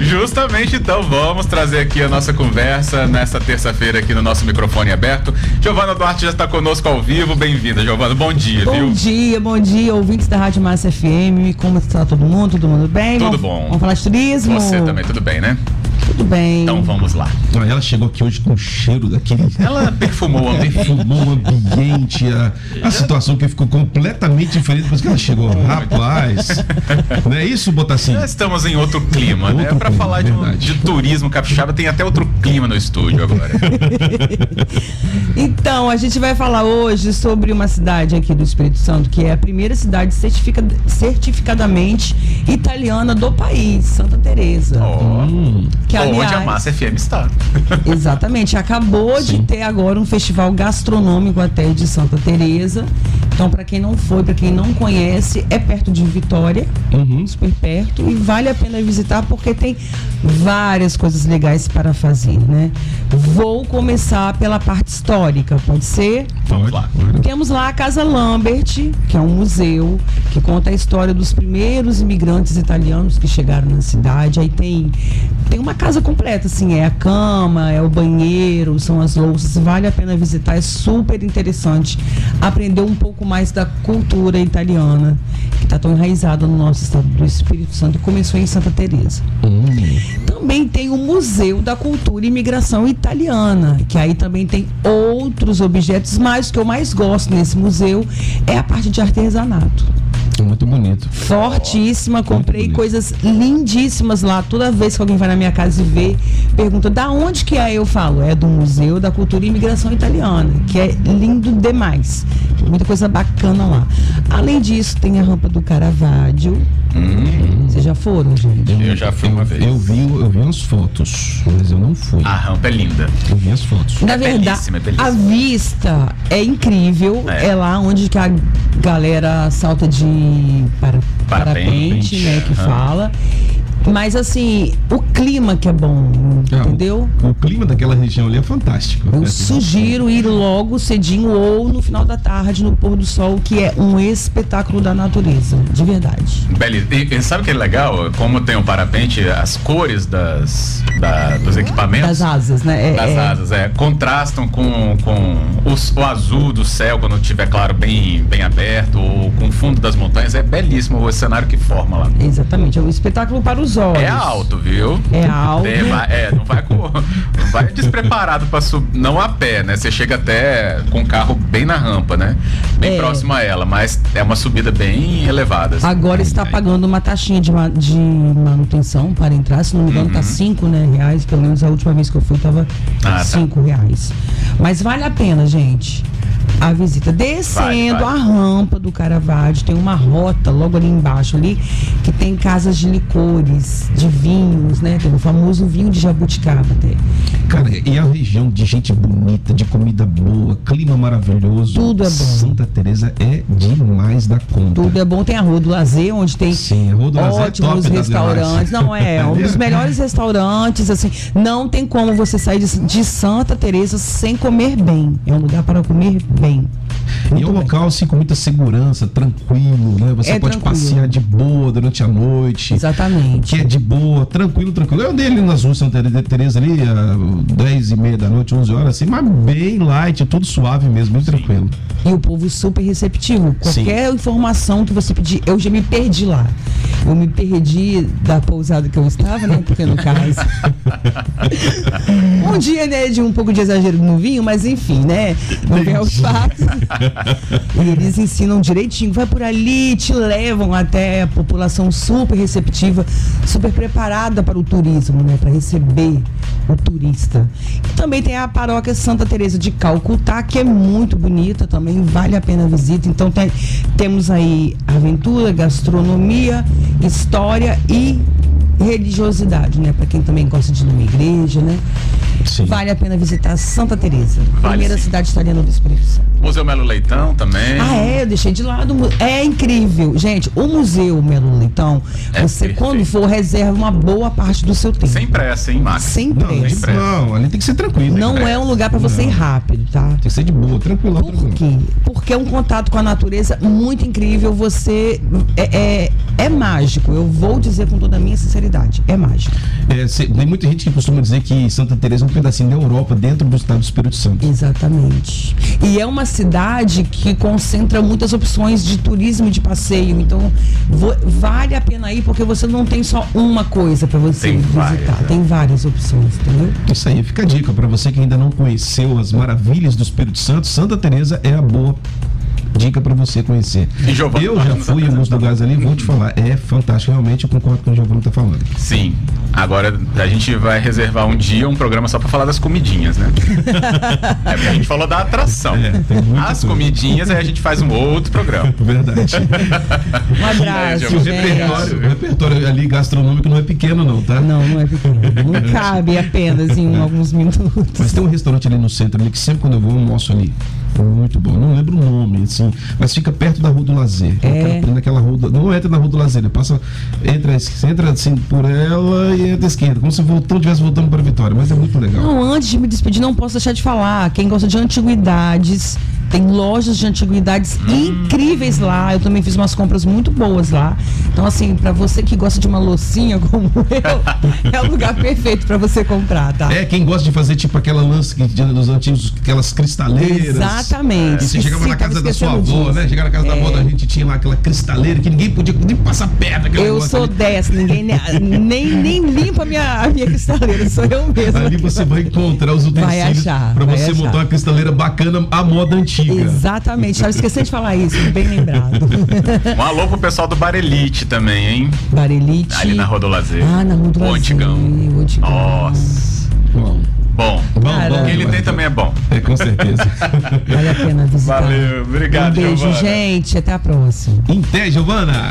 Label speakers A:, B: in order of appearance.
A: Justamente então, vamos trazer aqui a nossa conversa nesta terça-feira aqui no nosso microfone aberto. Giovana Duarte já está conosco ao vivo. Bem-vinda, Giovana. Bom dia,
B: Bom
A: viu?
B: dia, bom dia, ouvintes da Rádio Massa FM. Como está todo mundo? Todo mundo bem?
A: Tudo
B: Vamos-
A: bom.
B: Vamos falar de turismo?
A: Você também, tudo bem, né?
B: Tudo bem.
A: Então vamos lá.
C: Olha, Ela chegou aqui hoje com o cheiro daquele.
A: Ela perfumou né? o ambiente.
C: Perfumou o ambiente, a, a situação que ficou completamente diferente depois que ela chegou. Rapaz! Não é isso, Botacinho?
A: Já estamos em outro clima, né?
C: Outro
A: Para
C: clima,
A: falar de, um-
C: verdade.
A: de turismo capixaba, tem até outro clima no estúdio agora.
B: Então, a gente vai falar hoje sobre uma cidade aqui do Espírito Santo, que é a primeira cidade certifica- certificadamente italiana do país, Santa Teresa.
A: Ó,
B: que,
A: Oh, onde é a
B: aliás,
A: Massa FM está.
B: Exatamente. Acabou de ter agora um festival gastronômico até de Santa Teresa. Então, para quem não foi, para quem não conhece, é perto de Vitória, super perto e vale a pena visitar porque tem várias coisas legais para fazer, né? Vou começar pela parte histórica, pode ser?
A: Vamos lá.
B: Temos lá a Casa Lambert, que é um museu que conta a história dos primeiros imigrantes italianos que chegaram na cidade. Aí tem, tem uma casa completa, assim, é a cama, é o banheiro, são as louças. Vale a pena visitar, é super interessante aprender um pouco mais da cultura italiana, que está tão enraizada no nosso estado do Espírito Santo e começou em Santa Teresa. Também tem o Museu da Cultura e Imigração Italiana, que aí também tem outros objetos, mas o que eu mais gosto nesse museu é a parte de artesanato.
C: Muito bonito.
B: Fortíssima, comprei
C: bonito.
B: coisas lindíssimas lá. Toda vez que alguém vai na minha casa e vê, pergunta da onde que é, eu falo, é do Museu da Cultura e Imigração Italiana, que é lindo demais. Muita coisa bacana lá. Além disso, tem a rampa do Caravaggio. Vocês já foram, gente?
A: Eu já fui uma vez.
C: Eu vi, eu vi as fotos, mas eu não fui.
A: A rampa é linda.
C: Eu vi as fotos.
B: Na
A: É
B: verdade,
A: belíssimo, é belíssimo.
B: a vista é incrível.
A: É.
B: É, lá onde que a galera salta de para,
A: Parapente,
B: parapente, né? Que
A: aham.
B: fala. Mas assim, o clima que é bom,
C: Ah, o-
B: entendeu?
C: O clima daquela região ali é fantástico.
B: Eu
C: É,
B: sugiro ir logo cedinho ou no final da tarde, no pôr do sol, que é um espetáculo da natureza, de verdade.
A: Beli, e, e sabe o que é legal? Como tem o parapente, as cores das, da- dos equipamentos.
B: Das asas, né? É-
A: das
B: é-
A: asas, é. Contrastam com, com os- o, azul do céu, quando tiver, claro, bem, bem aberto, ou com o fundo das montanhas. É belíssimo o cenário que forma lá.
B: Exatamente, é um espetáculo para os olhos.
A: É alto, viu?
B: É alto.
A: É, vai- é, não vai, com, não vai despreparado pra subir. Não a pé, né? Você chega até com o carro bem na rampa, né? Bem
B: É.
A: próximo a ela, mas é uma subida bem elevada. assim.
B: Agora está pagando uma taxinha de, ma- de manutenção para entrar, se não me engano, tá 5 né, reais, pelo menos a última vez que eu fui estava
A: Uhum. Ah, tá.
B: 5 reais. Mas vale a pena, gente. A visita. Descendo
A: vale.
B: a rampa do Caravaggio, tem uma rota logo ali embaixo ali, que tem casas de licores, de vinhos, né? Tem o famoso vinho de jabuticaba até.
C: Cara, e a região de gente bonita, de comida boa, clima maravilhoso.
B: Tudo é bom.
C: Santa Teresa é demais da conta.
B: Tudo é bom, tem a Rua do Lazer, onde tem
C: Sim, a Rua do Lazer é top
B: ótimos
C: das
B: restaurantes.
C: demais.
B: Não, é, um dos
C: Entendeu?
B: melhores restaurantes, assim. Não tem como você sair de, de Santa Teresa sem comer bem. É um lugar para comer bem.
C: E é um local assim com muita segurança, tranquilo, né? Você
B: É
C: pode
B: tranquilo.
C: passear de boa durante a noite. Que
B: Exatamente.
C: é de boa, tranquilo, tranquilo. Eu andei ali nas ruas Santa Teresa ali, às 10 e meia da noite, 11 horas, assim, mas bem light, tudo suave mesmo, muito tranquilo.
B: E o povo super receptivo.
C: Sim.
B: Qualquer informação que você pedir, eu já me perdi lá. Eu me perdi da pousada que eu estava, né? Porque no caso. um dia, né, de um pouco de exagero no vinho, mas enfim, né? Não é o
C: Entendi.
B: fato. E eles ensinam direitinho, vai por ali, te levam até a população super receptiva, super preparada para o turismo, né? Para receber o turista. E também tem a paróquia Santa Teresa de Calcutá, que é muito bonita também, vale a pena a visita. Então tem- temos aí aventura, gastronomia, história e religiosidade, né? Para quem também gosta de ir numa igreja, né?
C: Sim.
B: Vale a pena visitar Santa Teresa,
A: Vale
B: primeira
A: sim.
B: cidade italiana do Espírito Santo.
A: Museu Melo Leitão também.
B: Ah, é, eu deixei de lado. o mu- É incrível. Gente, o Museu Melo Leitão,
A: É
B: você
A: perfeito.
B: quando for, reserva uma boa parte do seu tempo.
A: Sem pressa, hein, Max?
B: Sem
C: Não, ali-
B: pressa.
C: não, ali tem que ser tranquilo.
B: Não
C: Tem
B: é um lugar pra você ir rápido, tá?
C: que ser de boa, tranquilo,
B: Por
C: tranquilo.
B: quê? Porque é um contato com a natureza muito incrível. Você é, é, é mágico. Eu vou dizer com toda a minha realidade. É mágico.
C: É, cê- tem muita gente que costuma dizer que Santa Teresa é um pedacinho da Europa, dentro do estado do Espírito Santo.
B: Exatamente. E é uma cidade que concentra muitas opções de turismo e de passeio. Então, vo- vale a pena ir porque você não tem só uma coisa para você
A: Tem
B: visitar.
A: várias, né?
B: Tem várias opções, entendeu?
C: Isso aí, fica a dica para você que ainda não conheceu as maravilhas do Espírito Santo. Santa Teresa é a boa dica para você conhecer.
A: E Giovana,
C: Eu
A: nós
C: já
A: vamos
C: fui em alguns
A: apresentar.
C: lugares ali, vou te falar, é fantástico, realmente eu concordo com o que o Giovanni tá falando.
A: Sim. Agora a gente vai reservar um dia um programa só pra falar das comidinhas, né? é porque a gente falou da atração.
C: É, tem muita
A: As
C: coisa.
A: comidinhas, aí a gente faz um outro programa.
C: Verdade.
B: Um
A: É,
B: abraço,
A: já
C: E o
A: você
B: gente.
C: repertório, o repertório ali gastronômico não é pequeno, não, tá?
B: Não, não é pequeno. Não cabe apenas em um, alguns minutos.
C: Mas tem um restaurante ali no centro ali que sempre quando eu vou eu almoço ali. Muito bom. Não lembro o nome, assim, mas fica perto da Rua do Lazer.
B: É.
C: Naquela, naquela rua. do- Não entra na Rua do Lazer, né? Passa, entra, es- entra assim por ela e entra à esquerda. Como se voltando, estivesse voltando para Vitória, mas é muito legal.
B: Não, antes de me despedir, não posso deixar de falar. Quem gosta de antiguidades, tem lojas de antiguidades
C: Hum.
B: incríveis lá. Eu também fiz umas compras muito boas lá. Então, assim, pra você que gosta de uma loucinha como eu, é o lugar perfeito pra você comprar, tá?
C: É, quem gosta de fazer tipo aquela lança que tinha nos antigos, aquelas cristaleiras.
B: Exatamente.
C: E É, você chegava
B: Sim,
C: na
B: tava
C: casa da sua
B: esquecendo
C: avó,
B: disso. É.
C: né? Chegava na casa da avó da gente, tinha lá aquela cristaleira que ninguém podia nem passar perto. tá aquele
B: Eu
C: negócio
B: sou
C: ali.
B: dessa, ninguém nem, nem limpa a minha, a minha cristaleira, sou eu mesma.
C: Tá Ali
B: que
C: você vai encontrar os
B: tá Vai
C: utensílios
B: achar,
C: para
B: vai
C: você
B: achar.
C: montar uma cristaleira bacana à moda antiga.
B: Exatamente, estava esquecendo de falar isso, bem lembrado.
A: Um alô pro pessoal do Bar Elite também, hein?
B: Barelite.
C: Tá
A: Ali na Rua do Lazer.
B: Ah, na Rua do
A: O
B: Lazer,
A: Antigão.
B: o Antigão.
A: Nossa.
C: Bom,
A: Bom.
B: Cara.
A: O que ele tem também é bom.
C: É, com certeza.
B: Vale a pena visitar.
A: Valeu, obrigado,
B: Um beijo,
A: Giovana.
B: gente. Até a próxima.
C: Em pé, Giovana.